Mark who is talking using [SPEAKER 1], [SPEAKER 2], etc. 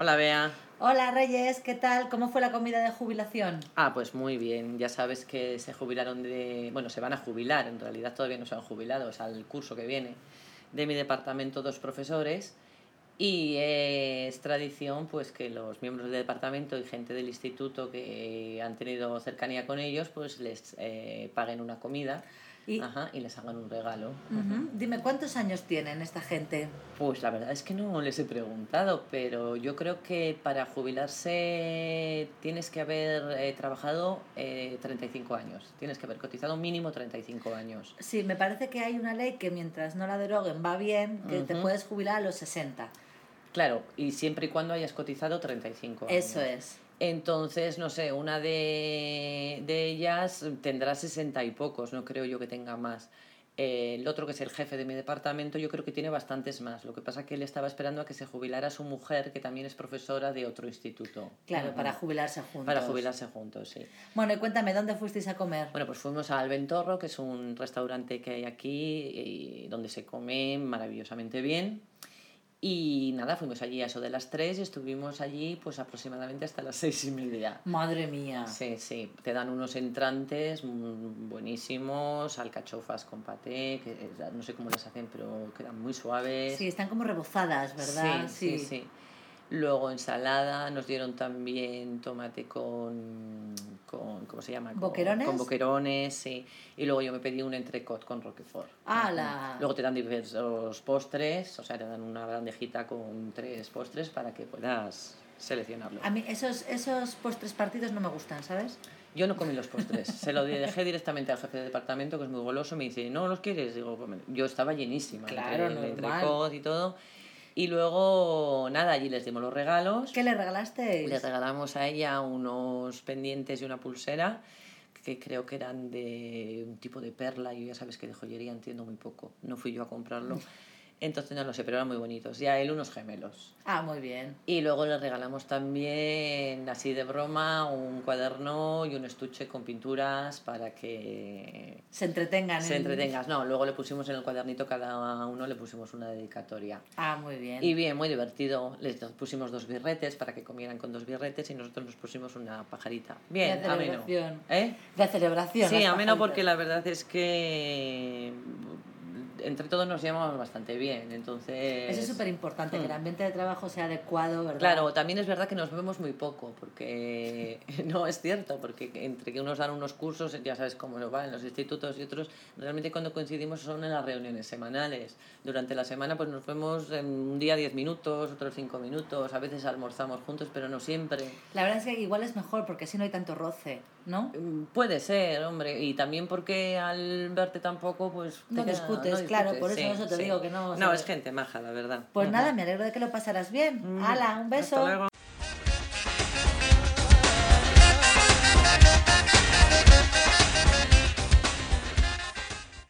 [SPEAKER 1] Hola, Bea.
[SPEAKER 2] Hola Reyes, ¿qué tal? ¿Cómo fue la comida de jubilación?
[SPEAKER 1] Ah, pues muy bien. Ya sabes que se jubilaron de. Bueno, se van a jubilar, en realidad todavía no se han jubilado, es al curso que viene de mi departamento dos profesores. Y eh, es tradición pues que los miembros del departamento y gente del instituto que han tenido cercanía con ellos pues les eh, paguen una comida
[SPEAKER 2] Y-
[SPEAKER 1] ajá, y les hagan un regalo.
[SPEAKER 2] Ujú. Dime, ¿cuántos años tienen esta gente?
[SPEAKER 1] Pues la verdad es que no les he preguntado, pero yo creo que para jubilarse tienes que haber eh, trabajado eh, 35 años, tienes que haber cotizado mínimo 35 años.
[SPEAKER 2] Sí, me parece que hay una ley que mientras no la deroguen va bien, que te
[SPEAKER 1] Ujú.
[SPEAKER 2] puedes jubilar a los 60.
[SPEAKER 1] Claro, y siempre y cuando hayas cotizado 35 años.
[SPEAKER 2] Eso es.
[SPEAKER 1] Entonces, no sé, una de, de ellas tendrá 60 y pocos, no creo yo que tenga más. Eh, el otro, que es el jefe de mi departamento, yo creo que tiene bastantes más. Lo que pasa que él estaba esperando a que se jubilara su mujer, que también es profesora de otro instituto.
[SPEAKER 2] Claro,
[SPEAKER 1] Ujú.
[SPEAKER 2] para jubilarse juntos.
[SPEAKER 1] Para jubilarse juntos, sí.
[SPEAKER 2] Bueno, y cuéntame, ¿dónde fuisteis a comer?
[SPEAKER 1] Bueno, pues fuimos al Ventorro, que es un restaurante que hay aquí, y donde se come maravillosamente bien. Y nada, fuimos allí a eso de las 3 y estuvimos allí pues aproximadamente hasta las seis y media.
[SPEAKER 2] Madre mía.
[SPEAKER 1] Sí, sí, te dan unos entrantes mm, buenísimos, alcachofas con paté, que eh, no sé cómo las hacen, pero quedan muy suaves.
[SPEAKER 2] Sí, están como rebozadas, ¿verdad?
[SPEAKER 1] Sí, sí, sí. Luego ensalada, nos dieron también tomate con, con ¿cómo se llama? Con-
[SPEAKER 2] ¿Boquerones?
[SPEAKER 1] Con boquerones, sí. Y luego yo me pedí un entrecot con roquefort.
[SPEAKER 2] ¡Hala!
[SPEAKER 1] Luego te dan diversos postres, o sea, te dan una bandejita con tres postres para que puedas seleccionarlo.
[SPEAKER 2] A mí esos, esos postres partidos no me gustan, ¿sabes?
[SPEAKER 1] Yo no comí los postres, se lo dejé directamente al jefe de departamento, que es muy goloso, me dice, ¿no los quieres? Digo, "Come". yo estaba llenísima,
[SPEAKER 2] Claro,
[SPEAKER 1] entre, el
[SPEAKER 2] normal.
[SPEAKER 1] entrecot y todo. Y luego, nada, allí les dimos los regalos.
[SPEAKER 2] ¿Qué le regalasteis?
[SPEAKER 1] Le regalamos a ella unos pendientes y una pulsera que creo que eran de un tipo de perla. Yo ya sabes que de joyería entiendo muy poco. No fui yo a comprarlo. Entonces no lo sé, pero eran muy bonitos. Y a él unos gemelos.
[SPEAKER 2] Ah, muy bien.
[SPEAKER 1] Y luego le regalamos también, así de broma, un cuaderno y un estuche con pinturas para que
[SPEAKER 2] Se entretengan.
[SPEAKER 1] se
[SPEAKER 2] en-
[SPEAKER 1] entretengas. No, luego le pusimos en el cuadernito cada uno, le pusimos una dedicatoria.
[SPEAKER 2] Ah, muy bien.
[SPEAKER 1] Y bien, muy divertido. Les do- pusimos dos birretes para que comieran con dos birretes y nosotros nos pusimos una pajarita. Bien,
[SPEAKER 2] La
[SPEAKER 1] ameno.
[SPEAKER 2] celebración.
[SPEAKER 1] ¿Eh?
[SPEAKER 2] De celebración.
[SPEAKER 1] Sí,
[SPEAKER 2] las
[SPEAKER 1] ameno
[SPEAKER 2] pajitas.
[SPEAKER 1] porque la verdad es que mm, entre todos nos llevamos bastante bien. Entonces.
[SPEAKER 2] Eso es súper importante, que el ambiente de trabajo sea adecuado, ¿verdad?
[SPEAKER 1] Mm. Claro, también es verdad que nos vemos muy poco, porque no es cierto, porque entre que unos dan unos cursos, ya sabes cómo lo va en los institutos y otros, realmente cuando coincidimos son en las reuniones semanales. Durante la semana pues nos vemos en un día 10 minutos, otros 5 minutos, a veces almorzamos juntos, pero no siempre.
[SPEAKER 2] La verdad es que igual es mejor porque así no hay tanto roce, ¿no?
[SPEAKER 1] Mm, Puede ser, hombre, y también porque al verte tampoco, pues... te
[SPEAKER 2] No discutes, claro, por eso- eso te digo que no, o
[SPEAKER 1] No,
[SPEAKER 2] sea-
[SPEAKER 1] es gente maja, la verdad.
[SPEAKER 2] Pues
[SPEAKER 1] Ujú. Mm.
[SPEAKER 2] nada, me alegro de que lo pasaras bien. ¡Hala! Un beso.
[SPEAKER 1] Hasta luego.